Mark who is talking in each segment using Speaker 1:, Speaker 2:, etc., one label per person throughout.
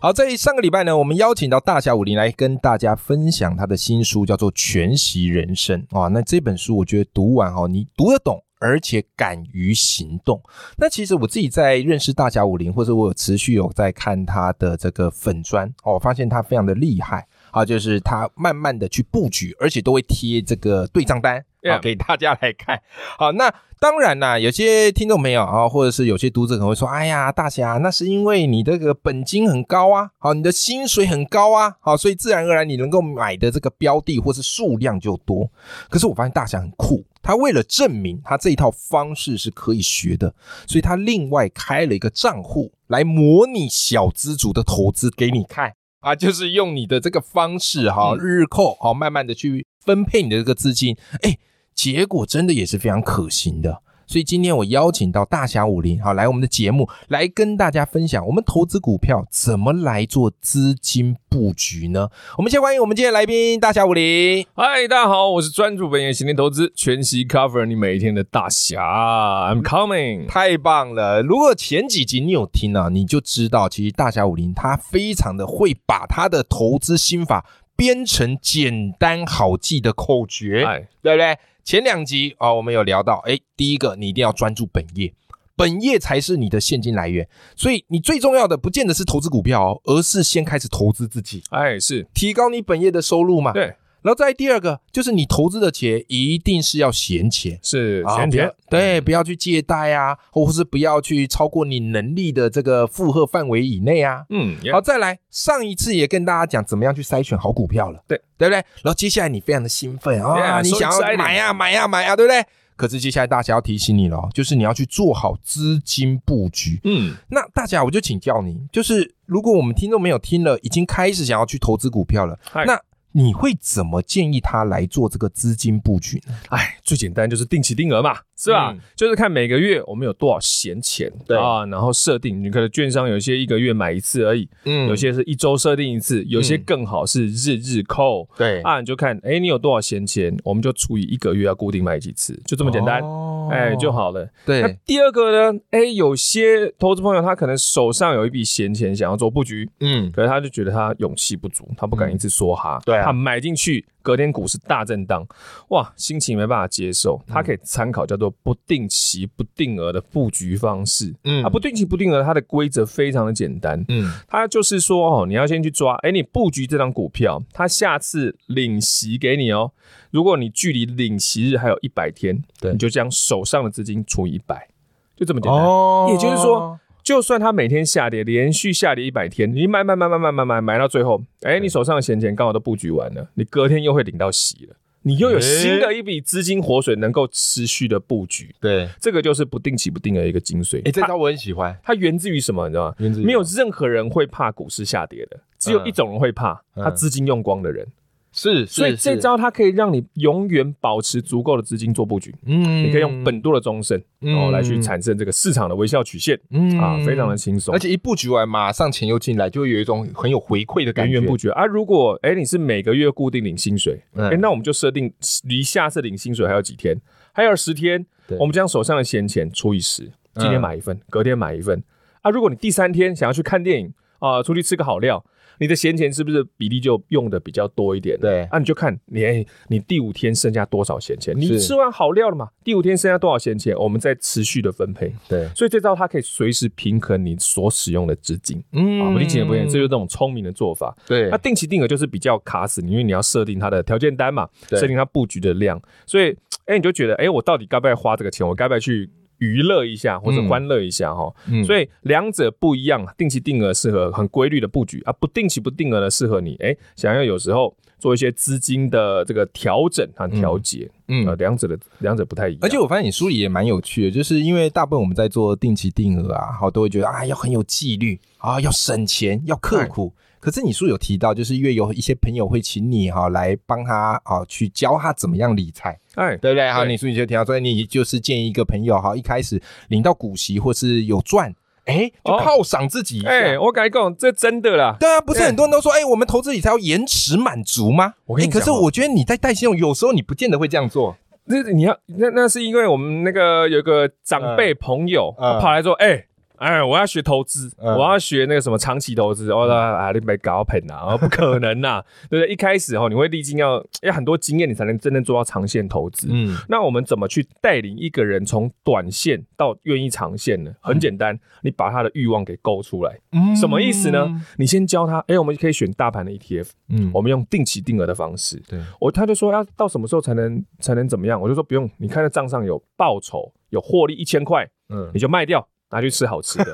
Speaker 1: 好，在上个礼拜呢，我们邀请到大侠武林来跟大家分享他的新书，叫做《全息人生》啊、那这本书我觉得读完哦，你读得懂。而且敢于行动。那其实我自己在认识大侠武林，或者我有持续有在看他的这个粉砖哦，我发现他非常的厉害啊，就是他慢慢的去布局，而且都会贴这个对账单啊
Speaker 2: Yeah
Speaker 1: 给大家来看。好，那当然啦，有些听众朋友啊，或者是有些读者可能会说：“哎呀，大侠，那是因为你这个本金很高啊，好，你的薪水很高啊，好，所以自然而然你能够买的这个标的或是数量就多。”可是我发现大侠很酷，他为了证明他这一套方式是可以学的，所以他另外开了一个账户来模拟小资族的投资给你看啊，就是用你的这个方式哈，
Speaker 2: 嗯
Speaker 1: 日扣好，慢慢的去分配你的这个资金，哎，结果真的也是非常可行的。所以今天我邀请到大侠武林好来我们的节目，来跟大家分享我们投资股票怎么来做资金布局呢？我们先欢迎我们今天的来宾大侠武林。
Speaker 2: 嗨，大家好，我是专注本业、行天投资、全息 cover 你每一天的大侠，I'm coming。
Speaker 1: 太棒了！如果前几集你有听啊，你就知道，其实大侠武林他非常的会把他的投资心法编成简单好记的口诀，
Speaker 2: 哎，
Speaker 1: 对不对？前两集啊、我们有聊到，哎，第一个你一定要专注本业，本业才是你的现金来源，所以你最重要的不见得是投资股票、哦，而是先开始投资自己，
Speaker 2: 哎，是
Speaker 1: 提高你本业的收入嘛。
Speaker 2: 对，
Speaker 1: 然后再第二个就是你投资的钱一定是要闲钱。
Speaker 2: 是
Speaker 1: 啊
Speaker 2: 甜
Speaker 1: 不要
Speaker 2: 甜，
Speaker 1: 对，不要去借贷啊，或是不要去超过你能力的这个负荷范围以内啊。
Speaker 2: 嗯，
Speaker 1: 好，
Speaker 2: 好，
Speaker 1: 再来，上一次也跟大家讲怎么样去筛选好股票了，
Speaker 2: 对
Speaker 1: 对不对？然后接下来你非常的兴奋啊
Speaker 2: Yeah，
Speaker 1: 你
Speaker 2: so
Speaker 1: 想要
Speaker 2: exciting
Speaker 1: 买呀、买呀、买呀、啊对不对？可是接下来大侠要提醒你了哦，就是你要去做好资金布局。
Speaker 2: 嗯，
Speaker 1: 那大家我就请教你，就是如果我们听众没有听了，已经开始想要去投资股票了，
Speaker 2: 嗨
Speaker 1: 那你会怎么建议他来做这个资金布局呢？
Speaker 2: 哎，最简单就是定期定额嘛，是吧？
Speaker 1: 嗯
Speaker 2: 就是看每个月我们有多少闲钱，
Speaker 1: 对
Speaker 2: 啊，然后设定，你可能券商有些一个月买一次而已，
Speaker 1: 嗯
Speaker 2: 有些是一周设定一次，有些
Speaker 1: 嗯
Speaker 2: 更好是日日扣。
Speaker 1: 对
Speaker 2: 啊，你就看，哎，你有多少闲钱，我们就除以一个月要固定买几次，就
Speaker 1: 这
Speaker 2: 这么简单，哎，就
Speaker 1: 好。
Speaker 2: 好了。那
Speaker 1: 哦对，
Speaker 2: 第二个呢？哎，有些投资朋友他可能手上有一笔闲钱，想要做布局，
Speaker 1: 嗯，
Speaker 2: 可是他就觉得他勇气不足，他不敢一次梭哈。
Speaker 1: 对啊
Speaker 2: 他买进去，隔天股市大震荡，哇，心情没办法接受。
Speaker 1: 嗯
Speaker 2: 他可以参考叫做不定期不定额的布局方式。
Speaker 1: 嗯
Speaker 2: 啊，不定期不定额，它的规则非常的简单，
Speaker 1: 嗯，
Speaker 2: 它就是说哦，你要先去抓，哎，你布局这张股票，它下次领息给你哦。如果你距离领息日还有一百天，
Speaker 1: 对
Speaker 2: 你就将手上的资金除以一百，就这么简单。
Speaker 1: 哦
Speaker 2: 也就是说，就算它每天下跌，连续下跌一百天，你买买买买买买买买到最后，哎，你手上的闲钱刚好都布局完了，你隔天又会领到息了，你又有新的一笔资金活水，能够持续的布局，
Speaker 1: 对，哎、
Speaker 2: 这个就是不定期不定的一个精髓。
Speaker 1: 这招我很喜欢，
Speaker 2: 它源自于什么？你知道吗？
Speaker 1: 源自于
Speaker 2: 没有任何人会怕股市下跌的，只有一种人会怕，
Speaker 1: 嗯
Speaker 2: 他资金用光的人。
Speaker 1: 是，
Speaker 2: 所以这，招它可以让你永远保持足够的资金做布局，
Speaker 1: 嗯
Speaker 2: 你可以用本多的终身，然后来去
Speaker 1: 嗯
Speaker 2: 产生这个市场的微笑曲线
Speaker 1: 嗯
Speaker 2: 啊，非常的轻松
Speaker 1: 而。且一布局完，马上钱又进来，就会有一种很有回馈的感觉。
Speaker 2: 源源不绝啊！如果哎、你是每个月固定领薪水，哎、
Speaker 1: 嗯
Speaker 2: 那我们就设定离下次领薪水还有几天，还有十天
Speaker 1: 对，嗯
Speaker 2: 我们将手上的闲钱除以十，今天买一份，隔天买一份啊！如果你第三天想要去看电影啊、出去吃个好料，你的闲钱是不是比例就用的比较多一点？
Speaker 1: 对
Speaker 2: 啊，你就看你、哎你第五天剩下多少闲钱，你
Speaker 1: 是
Speaker 2: 吃完好料了嘛？第五天剩下多少闲钱，我们再持续的分配。
Speaker 1: 对，
Speaker 2: 所以这招它可以随时平衡你所使用的资金。
Speaker 1: 嗯
Speaker 2: 啊，不定期的不定，这就是这种聪明的做法。
Speaker 1: 对
Speaker 2: 那定期定额就是比较卡死你，因为你要设定它的条件单嘛，
Speaker 1: 对
Speaker 2: 设定它布局的量，所以哎、你就觉得哎、我到底该不该花这个钱？我该不该去娱乐一下或者
Speaker 1: 嗯
Speaker 2: 欢乐一下哈？
Speaker 1: 嗯
Speaker 2: 所以两者不一样，定期定额适合很规律的布局啊，不定期不定额的适合你哎、想要有时候做一些资金的这个调整和调节，
Speaker 1: 嗯
Speaker 2: 呃，两者的两者不太一样，
Speaker 1: 而且我发现你书里也蛮有趣的，就是因为大部分我们在做定期定额啊，好都会觉得啊要很有纪律啊，要省钱，要刻苦。可是你书有提到，就是因为有一些朋友会请你哈、来帮他啊去教他怎么样理财，
Speaker 2: 哎，
Speaker 1: 对不对？好，
Speaker 2: 对
Speaker 1: 你书你就提到说，你就是建议一个朋友哈，一开始领到股息或是有赚，哎，就
Speaker 2: 哦
Speaker 1: 犒赏自己一下。
Speaker 2: 哎，我跟你讲，这真的啦，
Speaker 1: 对啊，不是
Speaker 2: 哎
Speaker 1: 很多人都说，哎、我们投资理财要延迟满足吗？
Speaker 2: 我跟你
Speaker 1: 哎可
Speaker 2: 讲
Speaker 1: 是
Speaker 2: 哦
Speaker 1: 我觉得你在带信用，有时候你不见得会这样做。
Speaker 2: 那你要那那是因为我们那个有个长辈朋友、
Speaker 1: 嗯嗯
Speaker 2: 他跑来说，哎、哎，我要学投资，
Speaker 1: 嗯
Speaker 2: 我要学那个什么长期投资。哦，那啊，你没搞盆呐、啊，不可能呐、 对不对？一开始哦，你会历经要要很多经验，你才能真正做到长线投资。
Speaker 1: 嗯
Speaker 2: 那我们怎么去带领一个人从短线到愿意长线呢？很简单，你把他的欲望给勾出来。
Speaker 1: 嗯
Speaker 2: 什么意思呢？？哦你先教他，哎，我们可以选大盘的 ETF，
Speaker 1: 嗯
Speaker 2: 我们用定期定额的方式。
Speaker 1: 对，
Speaker 2: 我他就说要到什么时候才能才能怎么样？我就说不用，你看那账上有报酬，有获利一千块，
Speaker 1: 嗯
Speaker 2: 你就卖掉，拿去吃好吃的。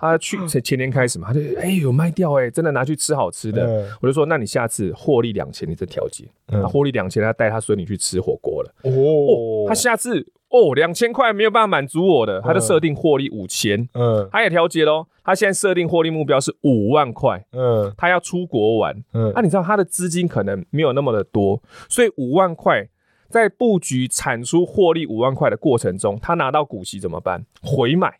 Speaker 2: 他去前前年开始嘛，他就哎、有卖掉哎、真的拿去吃好吃的。
Speaker 1: 嗯
Speaker 2: 我就说那你下次获利两千，你再调节。
Speaker 1: 嗯
Speaker 2: 那获利两千，他带他孙女去吃火锅了。
Speaker 1: 哦
Speaker 2: 他下次哦两千块没有办法满足我的，他就设定获利五千，
Speaker 1: 嗯
Speaker 2: 他也调节喽。他现在设定获利目标是五万块，
Speaker 1: 嗯
Speaker 2: 他要出国玩，
Speaker 1: 嗯
Speaker 2: 啊，你知道他的资金可能没有那么的多，所以五万块在布局产出获利五万块的过程中，他拿到股息怎么办？回买，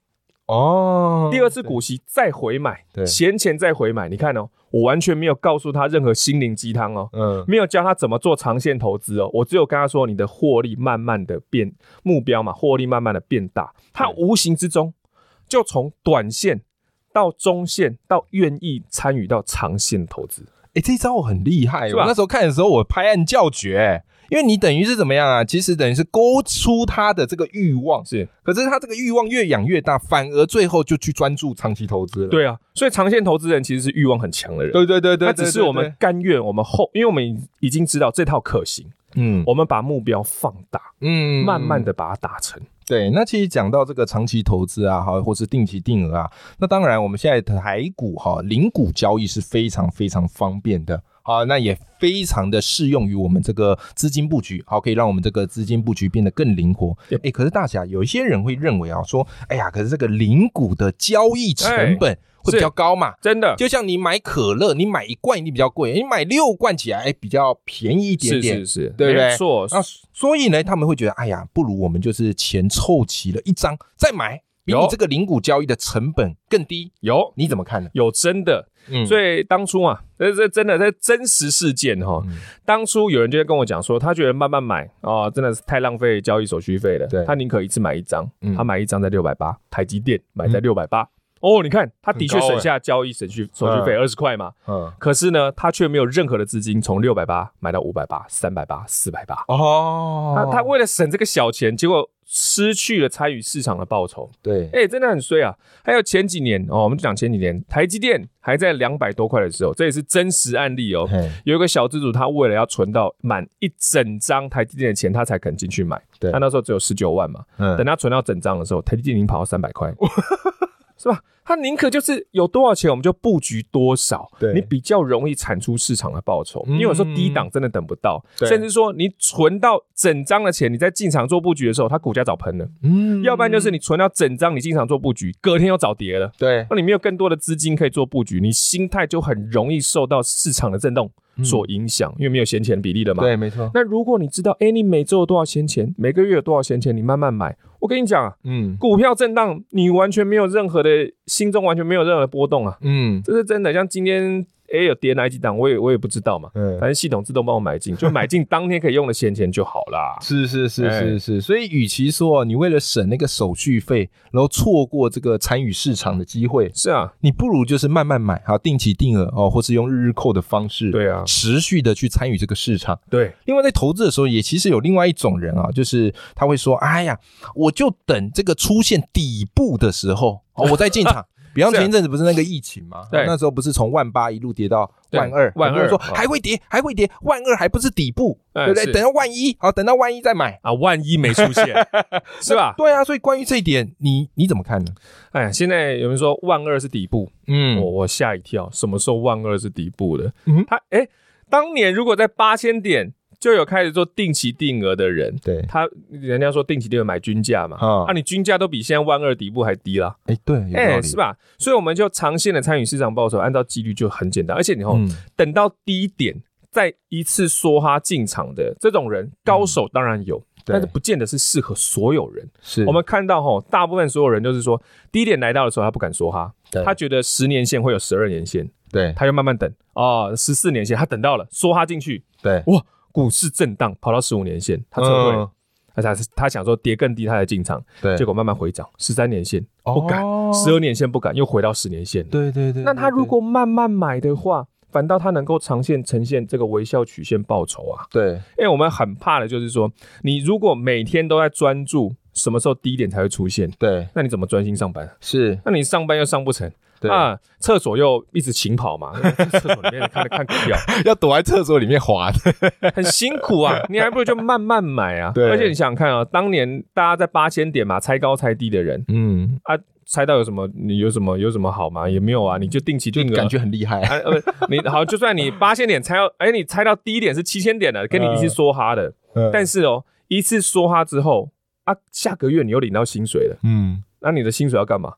Speaker 1: 哦
Speaker 2: 第二次股息再回买
Speaker 1: 对，
Speaker 2: 闲钱再回买。你看哦，我完全没有告诉他任何心灵鸡汤哦。
Speaker 1: 嗯
Speaker 2: 没有教他怎么做长线投资哦，我只有跟他说你的获利慢慢的变目标嘛，获利慢慢的变大，他无形之中就从短线到中线到愿意参与到长线投资。
Speaker 1: 哎、这一招我很厉害，
Speaker 2: 是
Speaker 1: 我
Speaker 2: 吧
Speaker 1: 那时候看的时候我拍案叫绝、哎因为你等于是怎么样啊？其实等于是勾出他的这个欲望，
Speaker 2: 是
Speaker 1: 可是他这个欲望越养越大，反而最后就去专注长期投资了。
Speaker 2: 对啊，所以长线投资人其实是欲望很强的人。
Speaker 1: 对对对对，
Speaker 2: 那只
Speaker 1: 对
Speaker 2: 是我们，甘愿，我们后，因为我们已经知道这套可行，
Speaker 1: 对嗯
Speaker 2: 我们把目标放大，
Speaker 1: 嗯
Speaker 2: 慢慢的把它达成。
Speaker 1: 对，那其实讲到这个长期投资啊，哈，或是定期定额啊，那当然我们现在台股哈、零股交易是非常非常方便的。好，那也非常的适用于我们这个资金布局，好，可以让我们这个资金布局变得更灵活。哎
Speaker 2: Yep、
Speaker 1: 可是大侠，有一些人会认为啊，说，哎呀，可是这个零股的交易成
Speaker 2: 哎
Speaker 1: 本会比较高嘛，
Speaker 2: 真的，
Speaker 1: 就像你买可乐，你买一罐一定比较贵，你买六罐起来，哎，比较便宜一点
Speaker 2: 是
Speaker 1: 点。
Speaker 2: 是是，
Speaker 1: 对不对啊
Speaker 2: 没错，
Speaker 1: 那所以呢，他们会觉得，哎呀，不如我们就是钱凑齐了一张再买，比
Speaker 2: 有
Speaker 1: 你这个零股交易的成本更低。
Speaker 2: 有
Speaker 1: 你怎么看呢？
Speaker 2: 有真的。
Speaker 1: 嗯
Speaker 2: 所以当初啊，这这真的在真实事件哈、
Speaker 1: 嗯
Speaker 2: 当初有人就在跟我讲说，他觉得慢慢买哦，真的是太浪费交易手续费了
Speaker 1: 对，
Speaker 2: 他宁可一次买一张，
Speaker 1: 嗯
Speaker 2: 他买一张在六百八，台积电买在六百八。哦，你看，他的确
Speaker 1: 很高欸
Speaker 2: 省下交易手续手续费二十块嘛，
Speaker 1: 嗯，
Speaker 2: 可是呢，他却没有任何的资金从六百八买到五百八、三百八、四百八。
Speaker 1: 哦
Speaker 2: 他他为了省这个小钱，结果失去了参与市场的报酬。
Speaker 1: 对，
Speaker 2: 哎、真的很衰啊！还有前几年哦，我们就讲前几年，台积电还在两百多块的时候，这也是真实案例哦。
Speaker 1: 嘿
Speaker 2: 有一个小资主，他为了要存到满一整张台积电的钱，他才肯进去买。
Speaker 1: 对
Speaker 2: 他那时候只有十九万嘛，
Speaker 1: 嗯
Speaker 2: 等他存到整张的时候，台积电已经跑到三百块，是吧？他宁可就是有多少钱我们就布局多少，
Speaker 1: 对
Speaker 2: 你比较容易产出市场的报酬。
Speaker 1: 嗯
Speaker 2: 因为有时候低档真的等不到，
Speaker 1: 对
Speaker 2: 甚至说你存到整张的钱，你在进场做布局的时候，它股价早喷了；
Speaker 1: 嗯
Speaker 2: 要不然就是你存到整张，你进场做布局，隔天又早跌了。
Speaker 1: 对，
Speaker 2: 那你没有更多的资金可以做布局，你心态就很容易受到市场的震动
Speaker 1: 嗯
Speaker 2: 所影响，因为没有闲钱比例了嘛。
Speaker 1: 对，没错，
Speaker 2: 那如果你知道，哎、你每周有多少闲钱，每个月有多少闲钱，你慢慢买。我跟你讲啊，
Speaker 1: 嗯
Speaker 2: 股票震荡，你完全没有任何的心中完全没有任何的波动啊，
Speaker 1: 嗯
Speaker 2: 这是真的。像今天，哎、有跌哪几档，我也我也不知道嘛，
Speaker 1: 嗯
Speaker 2: 反，正系统自动帮我买进，就买进当天可以用的闲钱就好啦。
Speaker 1: 是是是
Speaker 2: 哎
Speaker 1: 是是，所以与其说你为了省那个手续费，然后错过这个参与市场的机会，
Speaker 2: 是啊，
Speaker 1: 你不如就是慢慢买，好定期定额哦，或是用日日扣的方式，
Speaker 2: 对啊
Speaker 1: 持续的去参与这个市场。
Speaker 2: 对，
Speaker 1: 另外，在投资的时候，也其实有另外一种人啊，就是他会说：“哎呀，我就等这个出现底部的时候，哦、我再进 场。”比方
Speaker 2: 是啊
Speaker 1: 前一阵子不是那个疫情嘛，哦
Speaker 2: 对
Speaker 1: 那时候不是从万八一路跌到万二，
Speaker 2: 对万
Speaker 1: 很
Speaker 2: 二
Speaker 1: 多人说
Speaker 2: 哦
Speaker 1: 还会跌，还会跌，万二还不是底部，
Speaker 2: 哎
Speaker 1: 对不对？
Speaker 2: 是
Speaker 1: 等到万一，好，等到万一再买。
Speaker 2: 啊，万一没出现， 是吧？
Speaker 1: 对啊，所以关于这一点，你你怎么看呢？
Speaker 2: 哎，现在有人说万二是底部，我、
Speaker 1: 嗯，
Speaker 2: 我吓一跳，什么时候万二是底部的？
Speaker 1: 嗯
Speaker 2: 嗯，他哎，当年如果在八千点就有开始做定期定额的人，
Speaker 1: 对，
Speaker 2: 他人家说定期定额买均价嘛，
Speaker 1: 啊
Speaker 2: 啊，你均价都比现在万二底部还低啦，
Speaker 1: 哎，对，有道
Speaker 2: 哎，
Speaker 1: 理，
Speaker 2: 是吧？所以我们就长线的参与市场报酬，按照纪律就很简单，而且你哦，
Speaker 1: 嗯，
Speaker 2: 等到低点再一次梭哈进场的这种人，高手当然有，但是
Speaker 1: 嗯对
Speaker 2: 不见得是适合所有人。
Speaker 1: 是
Speaker 2: 我们看到吼，大部分所有人就是说，低点来到的时候，他不敢梭哈
Speaker 1: 对，
Speaker 2: 他觉得十年线会有十二年线，
Speaker 1: 对
Speaker 2: 他就慢慢等啊，十、四年线他等到了，梭哈进去，
Speaker 1: 对，
Speaker 2: 哇，股市震荡跑到十五年线，他撤退了。
Speaker 1: 嗯
Speaker 2: 而且他他想说跌更低，他才进场，
Speaker 1: 对，
Speaker 2: 结果慢慢回涨，十三年线不敢，
Speaker 1: 哦
Speaker 2: 十二年线不敢，又回到十年线了。
Speaker 1: 对对对，
Speaker 2: 那他
Speaker 1: 对
Speaker 2: 如果慢慢买的话，反倒他能够长线呈现这个微笑曲线报酬啊。
Speaker 1: 对
Speaker 2: 因为我们很怕的就是说，你如果每天都在专注什么时候低点才会出现，
Speaker 1: 对
Speaker 2: 那你怎么专心上班？
Speaker 1: 是，
Speaker 2: 那你上班又上不成
Speaker 1: 对，
Speaker 2: 啊，厕所又一直勤跑嘛，厕所里面看看股票，
Speaker 1: 要躲在厕所里面滑的，
Speaker 2: 很辛苦啊，你还不如就慢慢买啊。
Speaker 1: 对
Speaker 2: 而且你想想看啊，当年大家在八千点嘛，猜高猜低的人。
Speaker 1: 嗯，
Speaker 2: 猜到有什么？你有什么有什么好吗？也没有啊，你就定期
Speaker 1: 就
Speaker 2: 定额，
Speaker 1: 感觉很厉害，
Speaker 2: 啊，呃，不你好，就算你八千点猜到，哎、你猜到第一点是七千点的，跟你
Speaker 1: 嗯
Speaker 2: 一次梭哈的，但
Speaker 1: 是
Speaker 2: 是哦，一次梭哈之后啊，下个月你又领到薪水了，
Speaker 1: 嗯
Speaker 2: 那你的薪水要干嘛？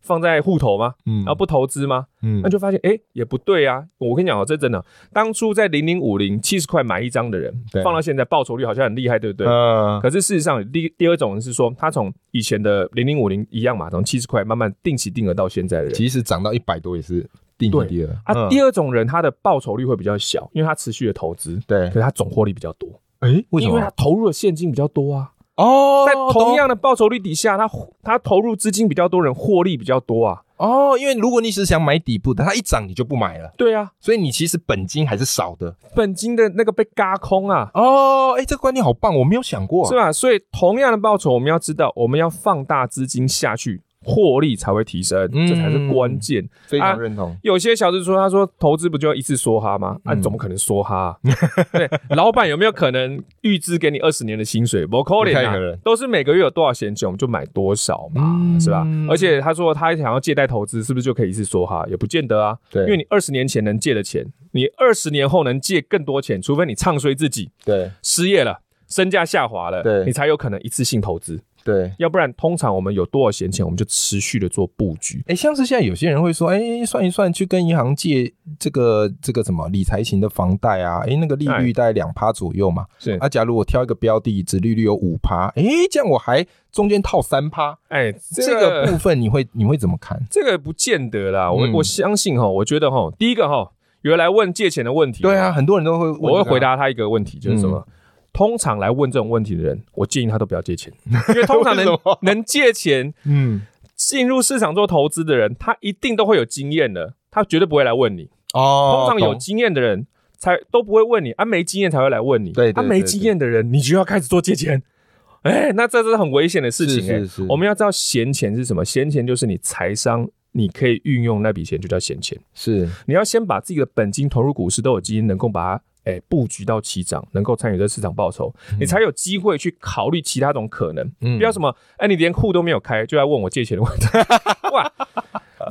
Speaker 2: 放在户头吗？
Speaker 1: 嗯
Speaker 2: 然后不投资吗？
Speaker 1: 嗯
Speaker 2: 那就发现，哎、也不对啊！我跟你讲哦，这真的，当初在零零五零七十块买一张的人
Speaker 1: 对，
Speaker 2: 放到现在报酬率好像很厉害，对不对？
Speaker 1: 嗯
Speaker 2: 可是事实上，第第二种是说，他从以前的零零五零一样嘛，从七十块慢慢定期定额到现在的人，
Speaker 1: 即使涨到一百多也是定
Speaker 2: 对
Speaker 1: 期第二嗯
Speaker 2: 啊，第二种人他的报酬率会比较小，因为他持续的投资，
Speaker 1: 对
Speaker 2: 可，是他总获利比较多，
Speaker 1: 哎，为什
Speaker 2: 因为他
Speaker 1: 么？
Speaker 2: 投入的现金比较多啊。
Speaker 1: 哦
Speaker 2: 在同样的报酬率底下，他他投入资金比较多，人获利比较多啊。
Speaker 1: 哦，因为如果你只是想买底部的，它一涨你就不买了，
Speaker 2: 对啊，
Speaker 1: 所以你其实本金还是少的。
Speaker 2: 本金的那个被嘎空啊，
Speaker 1: 哦，哎，这个观念好棒，我没有想过啊
Speaker 2: 是吧？所以同样的报酬，我们要知道，我们要放大资金下去，获利才会提升，
Speaker 1: 嗯
Speaker 2: 这才是关键。
Speaker 1: 非
Speaker 2: 啊
Speaker 1: 常认同。
Speaker 2: 有些小资说，他说投资不就一次梭哈吗？啊，
Speaker 1: 嗯
Speaker 2: 怎么可能梭哈、 对，老板有没有可能预支给你二十年的薪水？不可
Speaker 1: 不太
Speaker 2: 能、
Speaker 1: 可
Speaker 2: 啊
Speaker 1: 能，
Speaker 2: 都是每个月有多少闲钱我们就买多少嘛，
Speaker 1: 嗯
Speaker 2: 是吧？而且他说他想要借贷投资，是不是就可以一次梭哈？也不见得啊，
Speaker 1: 对
Speaker 2: 因为你二十年前能借的钱，你二十年后能借更多钱，除非你唱衰自己
Speaker 1: 对
Speaker 2: 失业了。身价下滑了，
Speaker 1: 对
Speaker 2: 你才有可能一次性投资，
Speaker 1: 对，
Speaker 2: 要不然通常我们有多少闲钱，我们就持续的做布局。
Speaker 1: 哎，像是现在有些人会说，哎，算一算，去跟银行借这个这个什么理财型的房贷啊，哎，那个利率大概两趴左右嘛。
Speaker 2: 是
Speaker 1: 啊，假如我挑一个标的，值利率有五趴，哎，这样我还中间套三趴，
Speaker 2: 哎，
Speaker 1: 这个部分你会你会怎么看？
Speaker 2: 这个不见得啦，我、
Speaker 1: 嗯
Speaker 2: 我相信哈，我觉得哈，第一个哈，原来问借钱的问题，
Speaker 1: 对啊，，很多人都会问嗯这
Speaker 2: 我会
Speaker 1: 个啊
Speaker 2: 回，答他一个问题，就是什么？通常来问这种问题的人，我建议他都不要 借钱，因为通常
Speaker 1: 为什
Speaker 2: 能
Speaker 1: 么
Speaker 2: 能借钱
Speaker 1: 嗯，
Speaker 2: 进入市场做投资的人，他一定都会有经验的，他绝对不会来问你。
Speaker 1: 哦
Speaker 2: 通，常有
Speaker 1: 懂
Speaker 2: 经验的人才都不会问你，啊，没经验才会来问你。
Speaker 1: 对对
Speaker 2: 啊，没
Speaker 1: 对
Speaker 2: 经验的人，你就要开始做借钱。 哎，那这是很危险的事情
Speaker 1: 是
Speaker 2: 哎、
Speaker 1: 是是
Speaker 2: 我们要知道闲钱是什么？闲钱就是你财商，你可以运用那笔钱，就叫闲钱。
Speaker 1: 是
Speaker 2: 你要先把自己的本金投入股市都有基金，能够把它哎布局到起涨，能够参与这市场报酬，你才有机会去考虑其他种可能。
Speaker 1: 嗯
Speaker 2: 不要什么哎，你连户都没有开，就来问我借钱的问题。 哇，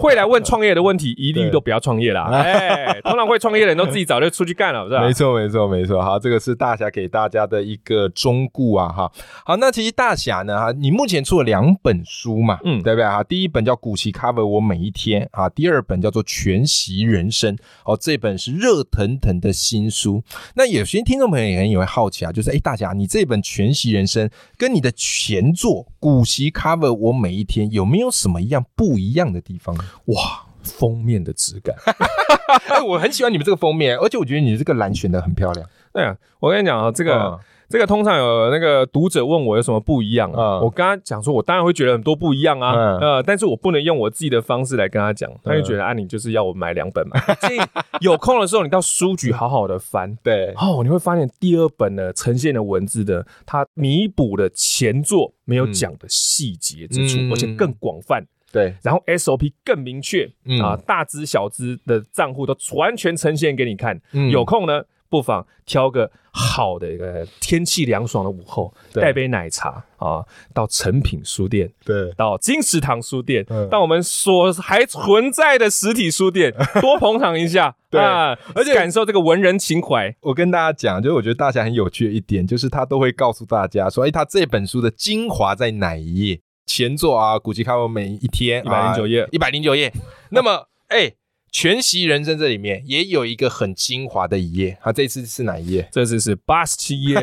Speaker 2: 会来问创业的问题，一律
Speaker 1: 对
Speaker 2: 都不要创业啦。哎，通常会创业的人都自己早就出去干了，是吧
Speaker 1: 没？错，没错，没错。好，这个是大侠给大家的一个忠告啊，哈。好，那其实大侠呢，哈，你目前出了两本书嘛，嗯，
Speaker 2: 嗯
Speaker 1: 对不对啊？哈第一本叫《股息 cover 我每一天》啊，第二本叫做《全息人生》。哦，这本是热腾腾的新书。那有些听众朋友也很也会好奇啊，就是哎，大侠，你这本《全息人生》跟你的前作《股息 cover 我每一天》有没有什么一样不一样的地方？
Speaker 2: 哇，封面的质感。
Speaker 1: 哎，我很喜欢你们这个封面，而且我觉得你这个蓝选的很漂亮。 嗯
Speaker 2: 对啊，我跟你讲啊，
Speaker 1: 这
Speaker 2: 这个、这个通常有那个读者问我有什么不一样啊？
Speaker 1: 嗯
Speaker 2: 我跟他讲说，我当然会觉得很多不一样啊，
Speaker 1: 嗯
Speaker 2: 呃，但是我不能用我自己的方式来跟他讲，他就觉得、啊，你就是要我买两本嘛。建议有空的时候，你到书局好好的翻。
Speaker 1: 对，
Speaker 2: 哦，你会发现第二本呢呈现的文字呢，它弥补了前作没有讲的细节之处，
Speaker 1: 嗯
Speaker 2: 而且更广泛，
Speaker 1: 对，
Speaker 2: 然后 SOP 更明确、
Speaker 1: 嗯
Speaker 2: 啊，大资小资的账户都完全呈现给你看。
Speaker 1: 嗯
Speaker 2: 有空呢，不妨挑个好的一个天气凉爽的午后，
Speaker 1: 对
Speaker 2: 带杯奶茶啊，到诚品书店，
Speaker 1: 对，
Speaker 2: 到金石堂书店
Speaker 1: 嗯，
Speaker 2: 到我们所还存在的实体 书店，多捧场一下，
Speaker 1: 对
Speaker 2: 啊，而且感受这个文人情怀。
Speaker 1: 我跟大家讲，就是我觉得大侠很有趣的一点，就是他都会告诉大家说，哎，他这本书的精华在哪一页？前作啊，古籍开文每一天啊
Speaker 2: 109页
Speaker 1: 一百零九页。 那么，哎，全息人生这里面也有一个很精华的一页，啊他这次是哪一页？
Speaker 2: 这次是八十七 页，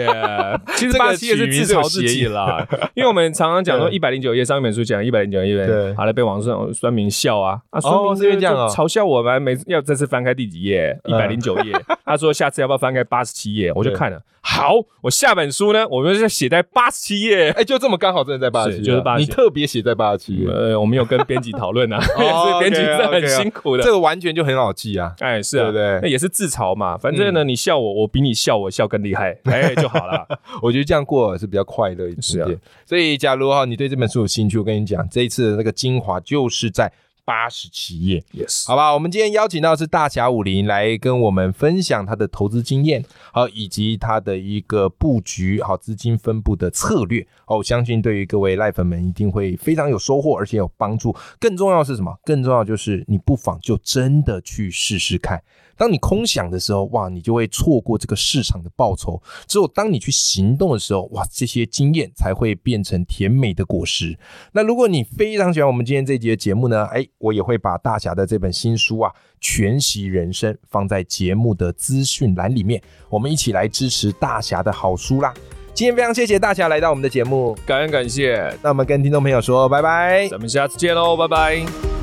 Speaker 2: 其实
Speaker 1: 这
Speaker 2: 八
Speaker 1: 个
Speaker 2: 十七页是
Speaker 1: 取名
Speaker 2: 自
Speaker 1: 是有
Speaker 2: 嘲自己
Speaker 1: 谐音
Speaker 2: 啦， 因为我们常常讲说
Speaker 1: 对
Speaker 2: 一百零九页上一本书讲一百零九页，
Speaker 1: 对
Speaker 2: 好了被网上酸民笑啊，啊酸民
Speaker 1: 是因为这样
Speaker 2: 就
Speaker 1: 哦
Speaker 2: 嘲笑我们，每次要这次翻开第几页一
Speaker 1: 嗯
Speaker 2: 百零九 页，他说下次要不要翻开八十七页，我就
Speaker 1: 对
Speaker 2: 看了，好，我下本书呢，我们就写在八十七页，
Speaker 1: 哎，就这么刚好，真的在八十七嗯
Speaker 2: 是
Speaker 1: 页，啊
Speaker 2: 就是87
Speaker 1: 你特别写在八十七页，
Speaker 2: 呃，我们有跟编辑 讨论啊，
Speaker 1: 哦
Speaker 2: 也是编辑是
Speaker 1: OK，OK，OK
Speaker 2: 很辛苦
Speaker 1: 这
Speaker 2: 的。
Speaker 1: 个完全就很好记啊。
Speaker 2: 哎，是啊，
Speaker 1: 对不对嗯
Speaker 2: 那也是自嘲嘛。反正呢，你笑我，我比你笑我笑更厉害，哎，就 好了。
Speaker 1: 我觉得这样过是比较快乐一
Speaker 2: 是
Speaker 1: 点
Speaker 2: 啊
Speaker 1: 点。所以，假如哈你对这本书有兴趣，我跟你讲，这一次的那个精华就是在八十七页。
Speaker 2: yes，
Speaker 1: 好吧，我们今天邀请到的是大侠武林来跟我们分享他的投资经验，好、以及他的一个布局，好、资金分布的策略。哦，我相信对于各位赖粉们一定会非常有收获，而且有帮助。更重要的是什么？更重要就是你不妨就真的去试试看。当你空想的时候，哇，你就会错过这个市场的报酬。只有当你去行动的时候，哇，这些经验才会变成甜美的果实。那如果你非常喜欢我们今天这一集的节目呢，哎，我也会把大侠的这本新书啊《全息人生》放在节目的资讯栏里面，我们一起来支持大侠的好书啦。今天非常谢谢大侠来到我们的节目，
Speaker 2: 感恩感谢，
Speaker 1: 那我们跟听众朋友说拜拜。
Speaker 2: 咱们下次见喽，拜拜。